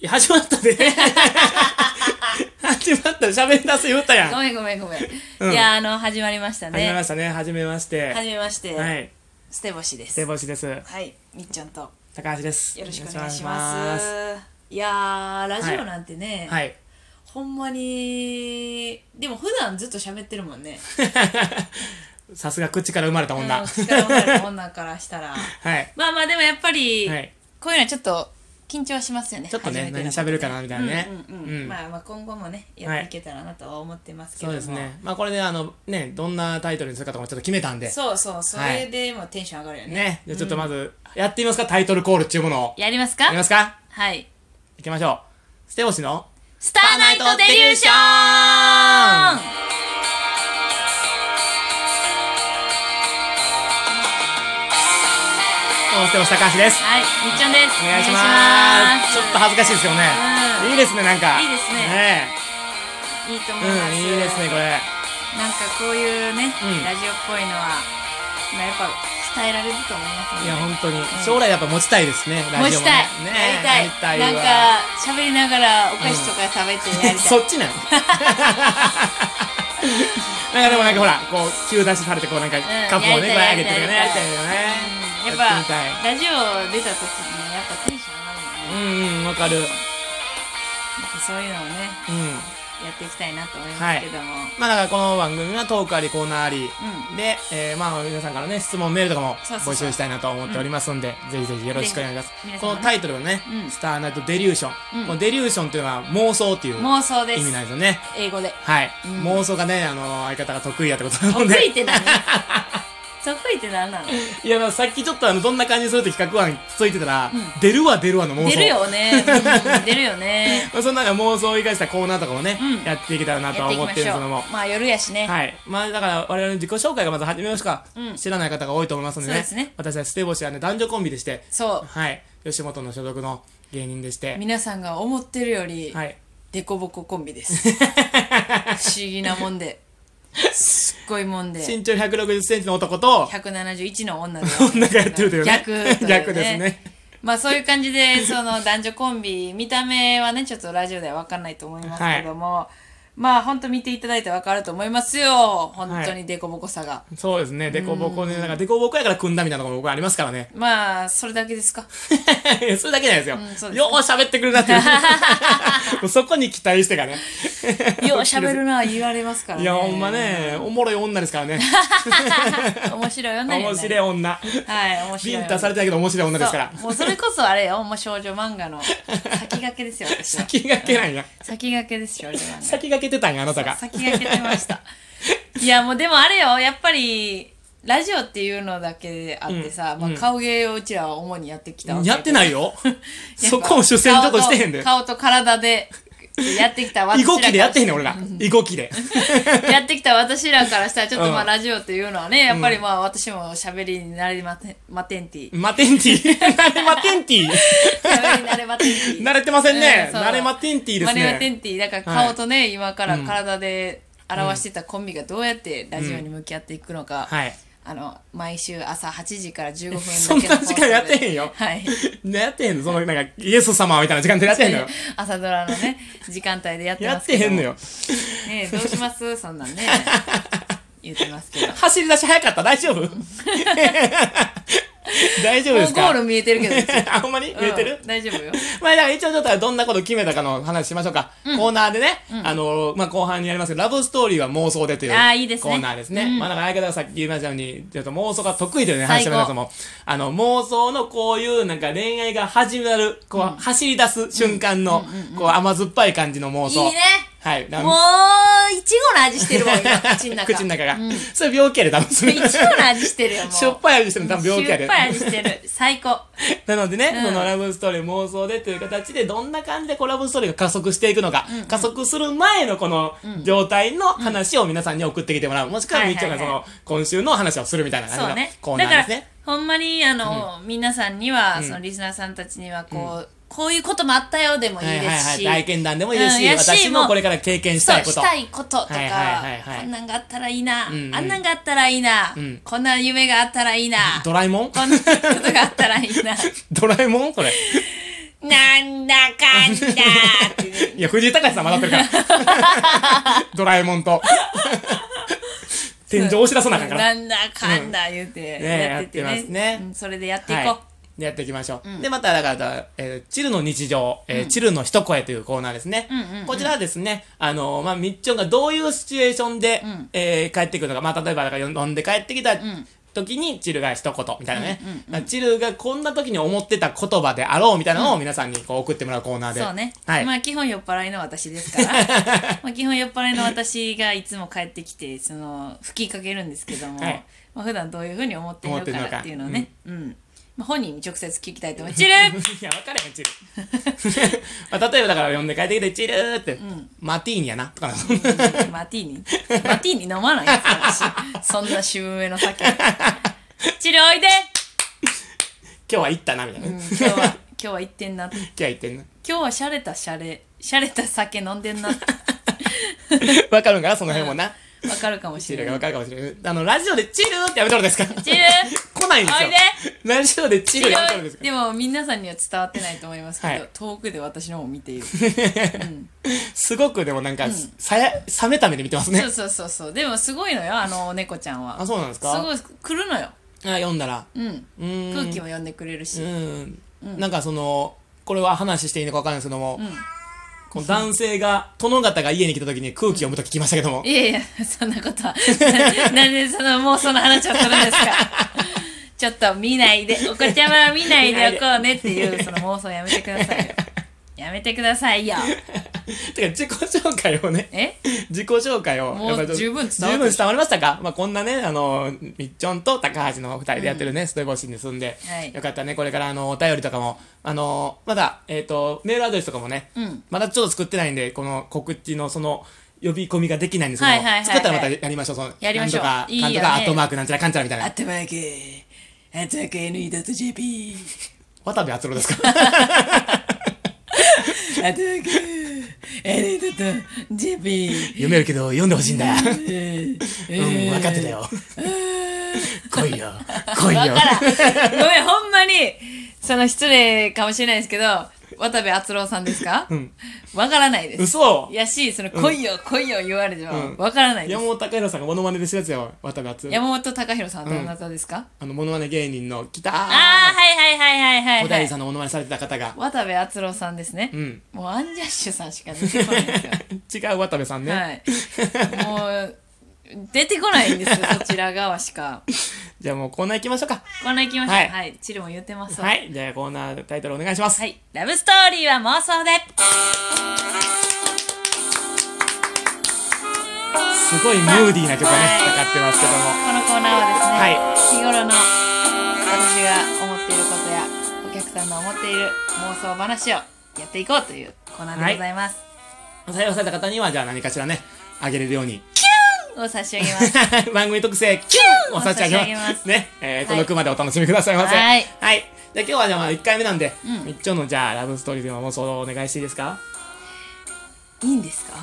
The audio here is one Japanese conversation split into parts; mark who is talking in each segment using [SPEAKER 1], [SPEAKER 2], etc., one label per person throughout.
[SPEAKER 1] いや始まったで始まった喋り出せ言うたやん
[SPEAKER 2] ごめんごめんごめん。
[SPEAKER 1] うん
[SPEAKER 2] いや、あの、始まりました
[SPEAKER 1] 始めま
[SPEAKER 2] ね。
[SPEAKER 1] したねはじめまして
[SPEAKER 2] はじめまして。
[SPEAKER 1] はい
[SPEAKER 2] ステボシです。
[SPEAKER 1] 手星です
[SPEAKER 2] はい。みっちゃんと。
[SPEAKER 1] 高橋です
[SPEAKER 2] よろしくお願いします。
[SPEAKER 1] お願いし
[SPEAKER 2] いやー、ラジオなんてね、
[SPEAKER 1] ますはい
[SPEAKER 2] ほんまに、でも普段ずっと喋ってるもんね。
[SPEAKER 1] さすが口から生まれた女
[SPEAKER 2] あの
[SPEAKER 1] は
[SPEAKER 2] 聞かれ女から女からした ら。
[SPEAKER 1] い
[SPEAKER 2] まあまあ、でもやっぱり、
[SPEAKER 1] はい
[SPEAKER 2] こういうのはちょっと緊張はしますよね。
[SPEAKER 1] ちょっとね
[SPEAKER 2] 初めて
[SPEAKER 1] 何
[SPEAKER 2] の
[SPEAKER 1] 喋るかなみたいなね
[SPEAKER 2] うんうんうんまあまあ今後もね、やっていけたらなとは思ってますけ
[SPEAKER 1] そ
[SPEAKER 2] ど
[SPEAKER 1] う
[SPEAKER 2] も。
[SPEAKER 1] ですねまあこれであのねどんなタイトルにするかとかもちょっと決めたんで
[SPEAKER 2] そうそう、そ
[SPEAKER 1] は
[SPEAKER 2] れ
[SPEAKER 1] い
[SPEAKER 2] でもうテンション上がるよね。
[SPEAKER 1] ねじゃあちょっとまずやってみますかタイトルコールっていうものを
[SPEAKER 2] やります
[SPEAKER 1] や
[SPEAKER 2] か
[SPEAKER 1] りますか
[SPEAKER 2] はい。
[SPEAKER 1] いきましょうステボシの
[SPEAKER 2] スターナイトデリューション
[SPEAKER 1] どうもステボシ高橋です
[SPEAKER 2] はい、みっちゃんです。
[SPEAKER 1] お願いしますちょっと
[SPEAKER 2] は
[SPEAKER 1] 恥ずかしいですけどね、
[SPEAKER 2] う
[SPEAKER 1] い
[SPEAKER 2] ん
[SPEAKER 1] いですねなんか
[SPEAKER 2] いいですねいいと思います。
[SPEAKER 1] ねえうんいいですねこれ
[SPEAKER 2] なんかこういうね、
[SPEAKER 1] うん
[SPEAKER 2] ラジオっぽいのは、まあやっぱ伝えられると思います
[SPEAKER 1] いや
[SPEAKER 2] ね。
[SPEAKER 1] 本当に、将来やっぱ持ちたいですねラ
[SPEAKER 2] 持
[SPEAKER 1] ジオ
[SPEAKER 2] ち
[SPEAKER 1] もね
[SPEAKER 2] たい。
[SPEAKER 1] ね
[SPEAKER 2] やりたい。なん
[SPEAKER 1] わ
[SPEAKER 2] か喋りながらお菓子とか食べてやりたい。
[SPEAKER 1] そっちなのなんかでもなんかほらこう急出しされてこうなんか
[SPEAKER 2] ん
[SPEAKER 1] カップをね
[SPEAKER 2] やりたい
[SPEAKER 1] こう上げてとかねや
[SPEAKER 2] や
[SPEAKER 1] りた
[SPEAKER 2] りた
[SPEAKER 1] い
[SPEAKER 2] い
[SPEAKER 1] よ
[SPEAKER 2] うんや
[SPEAKER 1] ね
[SPEAKER 2] っ
[SPEAKER 1] やってみたい
[SPEAKER 2] ぱラジオ出た時にやっぱテンション上がるよ
[SPEAKER 1] うんうんわかる
[SPEAKER 2] ね。なんかそういうのをね、
[SPEAKER 1] うん
[SPEAKER 2] やっていきたいなと思いますけども。
[SPEAKER 1] まあだからこの番組はトークありコーナーあり、
[SPEAKER 2] う
[SPEAKER 1] で、えーまあ皆さんからね質問メールとかも
[SPEAKER 2] そうそ
[SPEAKER 1] 募
[SPEAKER 2] うそう
[SPEAKER 1] 集したいなと思っておりますんで、ぜひぜひよろしくお願いします
[SPEAKER 2] ぜひ皆さんもね
[SPEAKER 1] このタイトルがね、
[SPEAKER 2] うん
[SPEAKER 1] スターナイトデリューション、
[SPEAKER 2] うん
[SPEAKER 1] このデリューションっていうのは妄想っていう意
[SPEAKER 2] 妄想です
[SPEAKER 1] 味なんですよね
[SPEAKER 2] 英語で
[SPEAKER 1] はい、
[SPEAKER 2] ん
[SPEAKER 1] 妄想がねあの相方が得意やってことな
[SPEAKER 2] 得
[SPEAKER 1] ので
[SPEAKER 2] 意って何得意って何なの
[SPEAKER 1] いやまあさっきちょっとあのどんな感じにするって企画案ついてたら、出るわ出るわの妄想
[SPEAKER 2] 出るよ ね、うん出るよね
[SPEAKER 1] まあそんなね妄想を生かしたコーナーとかもね、
[SPEAKER 2] うん
[SPEAKER 1] やっていけたらなと
[SPEAKER 2] や
[SPEAKER 1] は
[SPEAKER 2] っていき
[SPEAKER 1] 思ってるんですけ
[SPEAKER 2] ましょう
[SPEAKER 1] ども
[SPEAKER 2] まあ夜やしね、
[SPEAKER 1] はい。まあだから我々の自己紹介がまず初めましか、
[SPEAKER 2] うん
[SPEAKER 1] 知らない方が多いと思いますのでね。
[SPEAKER 2] そうですね
[SPEAKER 1] 私はステボシはね、男女コンビでして、
[SPEAKER 2] そ
[SPEAKER 1] はい。吉本の所属の芸人でし
[SPEAKER 2] う
[SPEAKER 1] て、
[SPEAKER 2] 皆さんが思ってるより
[SPEAKER 1] はい。
[SPEAKER 2] デコボココンビです 不思議なもんですっごいもんで
[SPEAKER 1] 身長160センチの男と、
[SPEAKER 2] 171の女で
[SPEAKER 1] 女がやってるというね。
[SPEAKER 2] 逆というね
[SPEAKER 1] 逆ですね。
[SPEAKER 2] まあそういう感じでその男女コンビ見た目はねちょっとラジオでは分かんないと思いますけども、まあ本当見ていただいて分かると思いますよ本当にデコボコさが、
[SPEAKER 1] そうですね。デコボコね、なんかデコボコやから組んだみたいなところ僕ありますからね。
[SPEAKER 2] まあそれだけですか
[SPEAKER 1] それだけじゃないですよ。
[SPEAKER 2] んそうですね
[SPEAKER 1] よう喋ってくるなって いう。そこに期待してからね。
[SPEAKER 2] よう喋るな言われますからね
[SPEAKER 1] いや、ほんまね、おもろい女ですから ね。
[SPEAKER 2] 面白いよね
[SPEAKER 1] 面白い
[SPEAKER 2] い
[SPEAKER 1] 女。
[SPEAKER 2] はい面白い
[SPEAKER 1] ビンタされてないけど面白い女ですから
[SPEAKER 2] そう。もうそれこそあれよもう少女漫画の先駆けですよ私は
[SPEAKER 1] 先駆けなんや。
[SPEAKER 2] 先駆けです少女漫
[SPEAKER 1] 先駆けてたんや、あなた
[SPEAKER 2] 画
[SPEAKER 1] が。
[SPEAKER 2] 先駆けてましたいやもうでもあれよやっぱりラジオっていうのだけであってさ、
[SPEAKER 1] うん
[SPEAKER 2] まあ
[SPEAKER 1] うん
[SPEAKER 2] 顔芸をうちらは主にやってきたわけ
[SPEAKER 1] やってないいよ。そこを主戦場としてへんで。
[SPEAKER 2] 顔と顔と体でやってきた 私
[SPEAKER 1] 囲
[SPEAKER 2] ら
[SPEAKER 1] 碁機でやってへんねん、俺
[SPEAKER 2] ら
[SPEAKER 1] ら。囲碁機で。
[SPEAKER 2] やってきた私らからしたらちょっとま
[SPEAKER 1] う
[SPEAKER 2] あ
[SPEAKER 1] ん
[SPEAKER 2] ラジオっていうのはねやっぱりまあ私も喋りになれま てまてんてぃ
[SPEAKER 1] マテンティ。慣れマテンティ。
[SPEAKER 2] 喋りになれまてんてぃ
[SPEAKER 1] 慣れてませんね。
[SPEAKER 2] うんそう
[SPEAKER 1] 慣れマテンティです
[SPEAKER 2] マリオテ
[SPEAKER 1] ね。
[SPEAKER 2] ンティだから顔とね、今から体で表してたコンビがどうやってラジオに向き合っていくのか、
[SPEAKER 1] はい。
[SPEAKER 2] あの毎週朝8時から15分だけの
[SPEAKER 1] そんな時間やってへんよ
[SPEAKER 2] 放送ではい
[SPEAKER 1] ねやってへんのその、なんか、イエス様みたいな時間でやってへんのよ。
[SPEAKER 2] 朝ドラのね時間帯でやって
[SPEAKER 1] や
[SPEAKER 2] ま
[SPEAKER 1] っ
[SPEAKER 2] す
[SPEAKER 1] て
[SPEAKER 2] けど
[SPEAKER 1] へんのよ。
[SPEAKER 2] ねえどうしますそんな んね言ってますけど
[SPEAKER 1] 走り出し早かった大丈夫大丈夫で
[SPEAKER 2] も
[SPEAKER 1] す
[SPEAKER 2] う
[SPEAKER 1] か
[SPEAKER 2] ゴール見えてるけど
[SPEAKER 1] あ、ほんま に見えてる
[SPEAKER 2] うん大丈夫よ
[SPEAKER 1] まあ、だから一応ちょっとどんなこと決めたかの話しましょうか。コーナーでね、あの、まあ、後半にやりますけど、ラブストーリーは妄想でという
[SPEAKER 2] あーいいです
[SPEAKER 1] コ
[SPEAKER 2] ね
[SPEAKER 1] ーナーですね。
[SPEAKER 2] うん
[SPEAKER 1] まあ、だから相方がさっき言いましたように、ちょっと妄想が得意というね、話
[SPEAKER 2] 最
[SPEAKER 1] して
[SPEAKER 2] 高
[SPEAKER 1] ましたけども、あの、妄想のこういうなんか恋愛が始まる、こう、走り出す瞬間の、こう、甘酸っぱい感じの妄想。
[SPEAKER 2] いいね
[SPEAKER 1] はい。だ
[SPEAKER 2] もういちごの味してるもん今口の 中
[SPEAKER 1] 口の中が。それ病気やで、多分それ。
[SPEAKER 2] いちごの味してるよもう
[SPEAKER 1] しょっぱい味してるの多分病気やで。
[SPEAKER 2] しょっぱい味してる最高
[SPEAKER 1] なのでね、
[SPEAKER 2] うん
[SPEAKER 1] そのラブストーリー妄想でという形で、どんな感じでこうラブストーリーが加速していくのか、加速する前のこの状態の話を皆さんに送ってきてもらう。もしくは、
[SPEAKER 2] はい
[SPEAKER 1] み
[SPEAKER 2] はい
[SPEAKER 1] っ
[SPEAKER 2] はい
[SPEAKER 1] ちゃんがその、今週の話をするみたいな
[SPEAKER 2] そう
[SPEAKER 1] 感じの
[SPEAKER 2] ね
[SPEAKER 1] コーナ
[SPEAKER 2] だ
[SPEAKER 1] ー
[SPEAKER 2] か
[SPEAKER 1] です
[SPEAKER 2] ら
[SPEAKER 1] ね。
[SPEAKER 2] ほんまにあの、皆さんには、そのリスナーさんたちにはこう、こういうこともあったよでもい
[SPEAKER 1] はい
[SPEAKER 2] い
[SPEAKER 1] はい
[SPEAKER 2] です
[SPEAKER 1] はい。
[SPEAKER 2] し、
[SPEAKER 1] 体験談でもいいです
[SPEAKER 2] うん
[SPEAKER 1] し、
[SPEAKER 2] やし
[SPEAKER 1] 私も
[SPEAKER 2] もう
[SPEAKER 1] これから経験し
[SPEAKER 2] そ
[SPEAKER 1] たいうこ
[SPEAKER 2] し
[SPEAKER 1] と。
[SPEAKER 2] たいこととか、
[SPEAKER 1] はいはいはいはい
[SPEAKER 2] こんなんがあったらいいな、
[SPEAKER 1] んうん
[SPEAKER 2] あんなんがあったらいいな、
[SPEAKER 1] ん
[SPEAKER 2] こんな夢があったらいいな、
[SPEAKER 1] ドラえもん
[SPEAKER 2] こんなことがあったらいいな
[SPEAKER 1] ドラえもんこれ。
[SPEAKER 2] なんだかんだってね、
[SPEAKER 1] いや、藤井隆さん混ざってるか ら。ドラえもんと。天井を押し出さなあかんから。
[SPEAKER 2] なんだかんだ言うて、
[SPEAKER 1] ね
[SPEAKER 2] やってて
[SPEAKER 1] やってますね
[SPEAKER 2] うんそれでやっていこう。
[SPEAKER 1] はい、でやっていきましょう、でまただから、えーチルの日常、えーチルの一声」というコーナーですね、こちらはですねあのーまあみっちょんがどういうシチュエーションで、えー帰ってくるのか、まあ、例えばだから飲んで帰ってきた時にチルが一言みたいなね、だからチルがこんな時に思ってた言葉であろうみたいなのを皆さんにこう送ってもらうコーナーで、
[SPEAKER 2] そうね、
[SPEAKER 1] はい、
[SPEAKER 2] まあ基本酔っ払いの私です からまあ基本酔っ払いの私がいつも帰ってきてその吹きかけるんですけども、
[SPEAKER 1] はい
[SPEAKER 2] まあ普段どういうふうに思っている
[SPEAKER 1] 思
[SPEAKER 2] の
[SPEAKER 1] ってるの
[SPEAKER 2] か
[SPEAKER 1] か
[SPEAKER 2] っていうのをね、うんまあ、本人に直接聞きたいと思います。チルー
[SPEAKER 1] いや、分からへん、チル。 まあ、例えばだから、呼んで帰ってきて、チルーって、マティーニやな、とかな。
[SPEAKER 2] マティーニマティーニ飲まないです私そんな渋めの酒チルおいで、
[SPEAKER 1] 今日は行ったな、みたいな。
[SPEAKER 2] うん、
[SPEAKER 1] 今
[SPEAKER 2] 今日は今日は行ってんな今
[SPEAKER 1] 日は行ってんな。
[SPEAKER 2] 日は洒落た洒落洒落た酒飲んでんなわ
[SPEAKER 1] わかるんかな、その辺もな。
[SPEAKER 2] かるかもし
[SPEAKER 1] チ
[SPEAKER 2] れ
[SPEAKER 1] ル
[SPEAKER 2] な
[SPEAKER 1] が
[SPEAKER 2] い
[SPEAKER 1] わかるかもしれない。あの、ラジオでチルーってやめとるんですか
[SPEAKER 2] チル
[SPEAKER 1] 来ないんですよ
[SPEAKER 2] おい。
[SPEAKER 1] ラジオでチルやめとるんですか
[SPEAKER 2] でも皆さんには伝わってないと思いますけど、
[SPEAKER 1] はい
[SPEAKER 2] 遠くで私の方を見ている
[SPEAKER 1] すごくでもなんか、さや、冷めた目で見てます
[SPEAKER 2] そ
[SPEAKER 1] ね
[SPEAKER 2] う。そうそうそうでもすごいのよあの猫ちゃんは
[SPEAKER 1] あ、そうなんですか
[SPEAKER 2] すごい来るのよ、
[SPEAKER 1] あ、読んだら。
[SPEAKER 2] うん、
[SPEAKER 1] うーん。
[SPEAKER 2] 空気も読んでくれるし、
[SPEAKER 1] うん。なんかその、これは話していいのかわかんないですけども、この男性が、殿方が家に来た時に空気読むと聞きましたけども。
[SPEAKER 2] いやいやそんなことは ななんでそのもうその話をするんですか ちょっと見ないでお子ちゃまは見ないでおこうねっていうその妄想やめてくださ いよやめてくださいよ
[SPEAKER 1] てか自己紹介をね
[SPEAKER 2] え
[SPEAKER 1] 自己紹介を
[SPEAKER 2] もう
[SPEAKER 1] やっぱり
[SPEAKER 2] 十分伝わったでしょ
[SPEAKER 1] 十分伝わりましたか、まあ、こんなねあのみっちょんと高橋のお二人でやってるね、ストイボシンに住んで、
[SPEAKER 2] はい
[SPEAKER 1] よかったねこれからあのお便りとかもあのまだ、えっとメールアドレスとかもね、
[SPEAKER 2] ん
[SPEAKER 1] まだちょっと作ってないんでこの告知のその呼び込みができないんですけども、
[SPEAKER 2] はいはいはいはい
[SPEAKER 1] 作ったらまたやりましょうその
[SPEAKER 2] やりましょう
[SPEAKER 1] なんと
[SPEAKER 2] いい
[SPEAKER 1] か
[SPEAKER 2] よ
[SPEAKER 1] な
[SPEAKER 2] ね
[SPEAKER 1] んとかアットマークなんちゃらかんちゃらみたい
[SPEAKER 2] あ
[SPEAKER 1] な
[SPEAKER 2] ったまけあったまけ NE.jp
[SPEAKER 1] 渡部篤郎ですか
[SPEAKER 2] あったまけ NE.jp
[SPEAKER 1] 読めるけど読んでほしい んだ
[SPEAKER 2] う
[SPEAKER 1] うん
[SPEAKER 2] ん
[SPEAKER 1] 分かってた よ来いよ来いよ
[SPEAKER 2] わからん。ごめん、ほんまに、その失礼かもしれないですけど、渡部篤郎さんですか
[SPEAKER 1] ん
[SPEAKER 2] わからないです。
[SPEAKER 1] 嘘
[SPEAKER 2] やし、その、来いよ、来いよ言われて
[SPEAKER 1] ん
[SPEAKER 2] も、わからないです
[SPEAKER 1] 山。本貴弘さんがモノマネで知るやつよ渡部篤郎
[SPEAKER 2] 山本隆弘さんはどなたですか
[SPEAKER 1] あのモノマネ芸人の北
[SPEAKER 2] ああ、はいはいはいはいはい
[SPEAKER 1] 小
[SPEAKER 2] は
[SPEAKER 1] 田井
[SPEAKER 2] い
[SPEAKER 1] さ。んのモノマネされてた方が、
[SPEAKER 2] 渡部篤郎さんですね
[SPEAKER 1] う。ん、
[SPEAKER 2] もう、アンジャッシュさんしか出てこないんですよ。
[SPEAKER 1] 違う渡部さん ね、
[SPEAKER 2] はい。もう、出てこないんですよ、そちら側 しか。
[SPEAKER 1] じゃあもうコーナー行きましょうか
[SPEAKER 2] こんな行きましょう。
[SPEAKER 1] はい
[SPEAKER 2] はい。チルも言ってますわ
[SPEAKER 1] はいじゃあコーナータイトルお願いします、
[SPEAKER 2] はい。ラブストーリーは妄想で。
[SPEAKER 1] すごいムーディーな曲がねかかってますけども
[SPEAKER 2] このコーナーは
[SPEAKER 1] は
[SPEAKER 2] ですね、日頃の私が思っていることやお客さんの思っている妄想話をやっていこうというコーナーでございます、
[SPEAKER 1] 採用された方にはじゃあ何かしらねあげれるように
[SPEAKER 2] を差し上げます
[SPEAKER 1] 番組特製キュンを差し上
[SPEAKER 2] お差し上げ
[SPEAKER 1] げま
[SPEAKER 2] ま
[SPEAKER 1] すすね、えー、届くまでお楽しみくださいませ
[SPEAKER 2] はい
[SPEAKER 1] じゃあ今日はじゃあまあ1回目なんで、
[SPEAKER 2] うん
[SPEAKER 1] 一丁のじゃあラブストーリーでの妄想をお願いしていいですか
[SPEAKER 2] いいんですか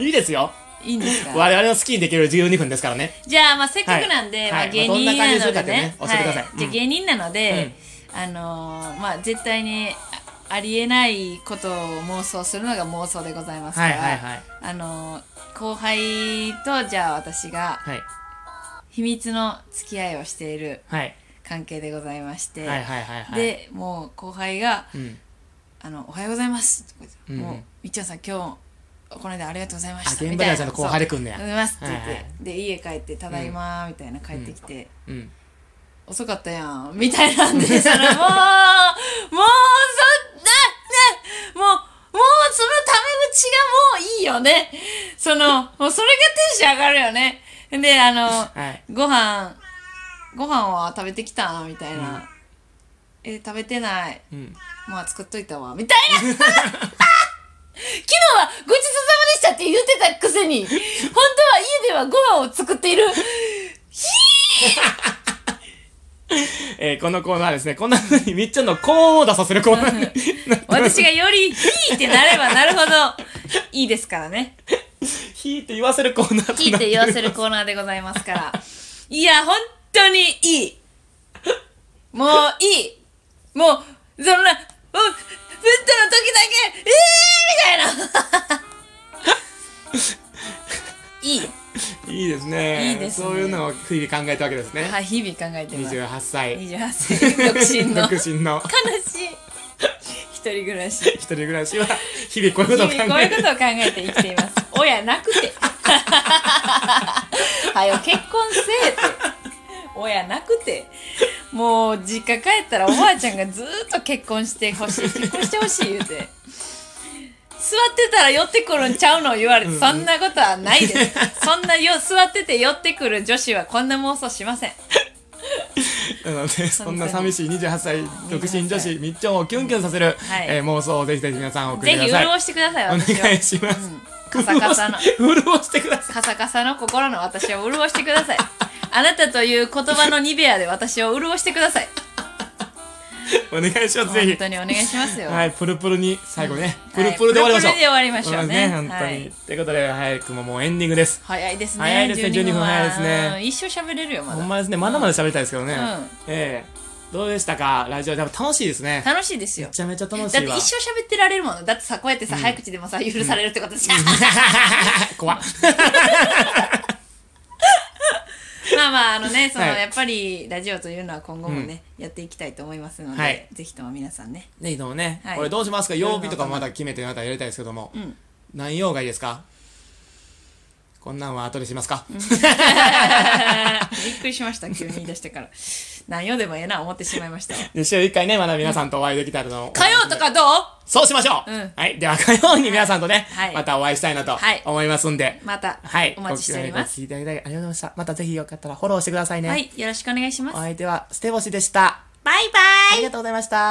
[SPEAKER 1] いいですよ
[SPEAKER 2] いいんですか
[SPEAKER 1] 我々の好きにできる12分ですからね
[SPEAKER 2] じゃあ、まあ、せっかくなんで、
[SPEAKER 1] はい
[SPEAKER 2] まあ、
[SPEAKER 1] はい
[SPEAKER 2] 芸人なのでね,、
[SPEAKER 1] まあどんな感じにするかってね教えてください
[SPEAKER 2] は
[SPEAKER 1] うん
[SPEAKER 2] じゃあ芸人なので、あのーまあ絶対にあありえないことを妄想するのが妄想でございますか
[SPEAKER 1] はい
[SPEAKER 2] ら、
[SPEAKER 1] はいはい
[SPEAKER 2] あのー後輩とじゃあ私が
[SPEAKER 1] はい
[SPEAKER 2] 秘密の付き合いをしている
[SPEAKER 1] はい
[SPEAKER 2] 関係でございまして、
[SPEAKER 1] はいはいはいはい
[SPEAKER 2] でもう後輩が
[SPEAKER 1] うん
[SPEAKER 2] 「あのおはようございます」とか言って、
[SPEAKER 1] うんうん
[SPEAKER 2] もうみっちゃんさん今日この間ありがとうございま
[SPEAKER 1] あ
[SPEAKER 2] し
[SPEAKER 1] 現
[SPEAKER 2] た」み
[SPEAKER 1] 場で
[SPEAKER 2] たい
[SPEAKER 1] は
[SPEAKER 2] な
[SPEAKER 1] ちゃんと
[SPEAKER 2] そう
[SPEAKER 1] 後輩くんね
[SPEAKER 2] お
[SPEAKER 1] や
[SPEAKER 2] はようございます」って言って、
[SPEAKER 1] はいはい
[SPEAKER 2] で家帰って「ただいま」みたいな帰ってきて、
[SPEAKER 1] うん
[SPEAKER 2] 遅かったやん」みたいなんでそのもうもうそんななもうもうそのタメ口がもういいよねそのもうそれがテンション上がるよねであの
[SPEAKER 1] はい
[SPEAKER 2] ご飯ご飯は食べてきたみたいな、え食べてない
[SPEAKER 1] うん
[SPEAKER 2] まあ作っといたわみたいな 昨日はごちそうさまでしたって言ってたくせに本当は家ではご飯を作っている
[SPEAKER 1] えーこのコーナーはですね、こんな風にみっちゃんの高音を出させるコーナーに
[SPEAKER 2] 私がより「ひ」ってなればなるほどいいですからね
[SPEAKER 1] ひーって言わせるコーナーと
[SPEAKER 2] 「
[SPEAKER 1] な
[SPEAKER 2] ひ」って言わせ
[SPEAKER 1] る。
[SPEAKER 2] るコーナーでございますからいや本当にいいもういいもうそんな「うん
[SPEAKER 1] 日々考えたわけですね。
[SPEAKER 2] はい、日々考えてます。
[SPEAKER 1] 28歳。
[SPEAKER 2] 28歳、独身の。
[SPEAKER 1] 独身の
[SPEAKER 2] 悲しい。一人暮らし。
[SPEAKER 1] 一人暮らしは、日々こういうこ
[SPEAKER 2] 日
[SPEAKER 1] とを
[SPEAKER 2] 々
[SPEAKER 1] 考
[SPEAKER 2] こうい
[SPEAKER 1] え
[SPEAKER 2] うこ
[SPEAKER 1] て。
[SPEAKER 2] とを考えて生きています。 親なくて。はよ、結婚せえって。親なくて。もう、実家帰ったらおばあちゃんがずーっと結婚してほしい、結婚してほしい言うて。座ってたら寄ってくるんちゃうの言われて、そんなことはないです。そん なよ座ってて寄ってくる女子はこんな妄想しません。
[SPEAKER 1] なので、そんな寂しい28歳、独身女
[SPEAKER 2] 28
[SPEAKER 1] 子、みっちょんをキュンキュンさせる、
[SPEAKER 2] はい
[SPEAKER 1] えー妄想をぜひぜひ皆さん送って
[SPEAKER 2] ぜ
[SPEAKER 1] くだ
[SPEAKER 2] ひ
[SPEAKER 1] さい。
[SPEAKER 2] 潤してください、
[SPEAKER 1] お
[SPEAKER 2] 私を。
[SPEAKER 1] 願いします。
[SPEAKER 2] カサカサ の
[SPEAKER 1] 潤して潤してください。
[SPEAKER 2] カサカサの心の私を潤して ください。あなたという言葉のニベアで私を潤してください。
[SPEAKER 1] お願いします、ぜ
[SPEAKER 2] 本
[SPEAKER 1] ひ。
[SPEAKER 2] 当にお願いしますよ。
[SPEAKER 1] はい、プルプルに最後ね、
[SPEAKER 2] は
[SPEAKER 1] プ
[SPEAKER 2] い
[SPEAKER 1] ルプルで終わりましょう。
[SPEAKER 2] プルプルで終わりましょうね
[SPEAKER 1] そうです本当に。
[SPEAKER 2] はい
[SPEAKER 1] ということで、早くももうエンディングです。
[SPEAKER 2] 早いですね。
[SPEAKER 1] 早いですね12分
[SPEAKER 2] は
[SPEAKER 1] 早いですね
[SPEAKER 2] うん一生喋れるよ、ま
[SPEAKER 1] ほん
[SPEAKER 2] だ。
[SPEAKER 1] まですね、まだまだ喋りたいですけどね。
[SPEAKER 2] ん
[SPEAKER 1] ええどうでしたかラジオでも楽しいですね。
[SPEAKER 2] 楽しいですよ
[SPEAKER 1] め。ちゃめちゃ楽しいわ。
[SPEAKER 2] だって一生喋ってられるもの。だってさ、こうやってさ、早口でもさ、許されるってことじゃん。
[SPEAKER 1] 怖っ。
[SPEAKER 2] まあまあ、あのね、その、
[SPEAKER 1] はい
[SPEAKER 2] やっぱり、ラジオというのは今後もね、やっていきたいと思いますので、
[SPEAKER 1] はい
[SPEAKER 2] ぜひとも皆さんね。
[SPEAKER 1] ね、どうもね、
[SPEAKER 2] はい
[SPEAKER 1] これどうしますか曜日とかまだ決めてまたやりたいですけども。
[SPEAKER 2] ん
[SPEAKER 1] 何曜がいいですかこんなんは後でしますか、
[SPEAKER 2] びっくりしました、急に言い出し てから。何曜でもええな、思ってしまいましたわ。
[SPEAKER 1] で週一回ね、まだ皆さんとお会いできたらと思います
[SPEAKER 2] 火曜とかどう
[SPEAKER 1] そうしましょう、
[SPEAKER 2] うん
[SPEAKER 1] はい。では、火曜に皆さんとね、
[SPEAKER 2] はい
[SPEAKER 1] またお会いしたいなと
[SPEAKER 2] はい
[SPEAKER 1] 思いますんで。
[SPEAKER 2] また
[SPEAKER 1] はい。
[SPEAKER 2] お待ちしております。
[SPEAKER 1] ご協力いただきありがとうございました。またぜひよかったらフォローしてくださいね。
[SPEAKER 2] はい、よろしくお願いしま
[SPEAKER 1] お
[SPEAKER 2] す。バイ
[SPEAKER 1] 相手は、ステボシでした。
[SPEAKER 2] バイ
[SPEAKER 1] ありがとうございました。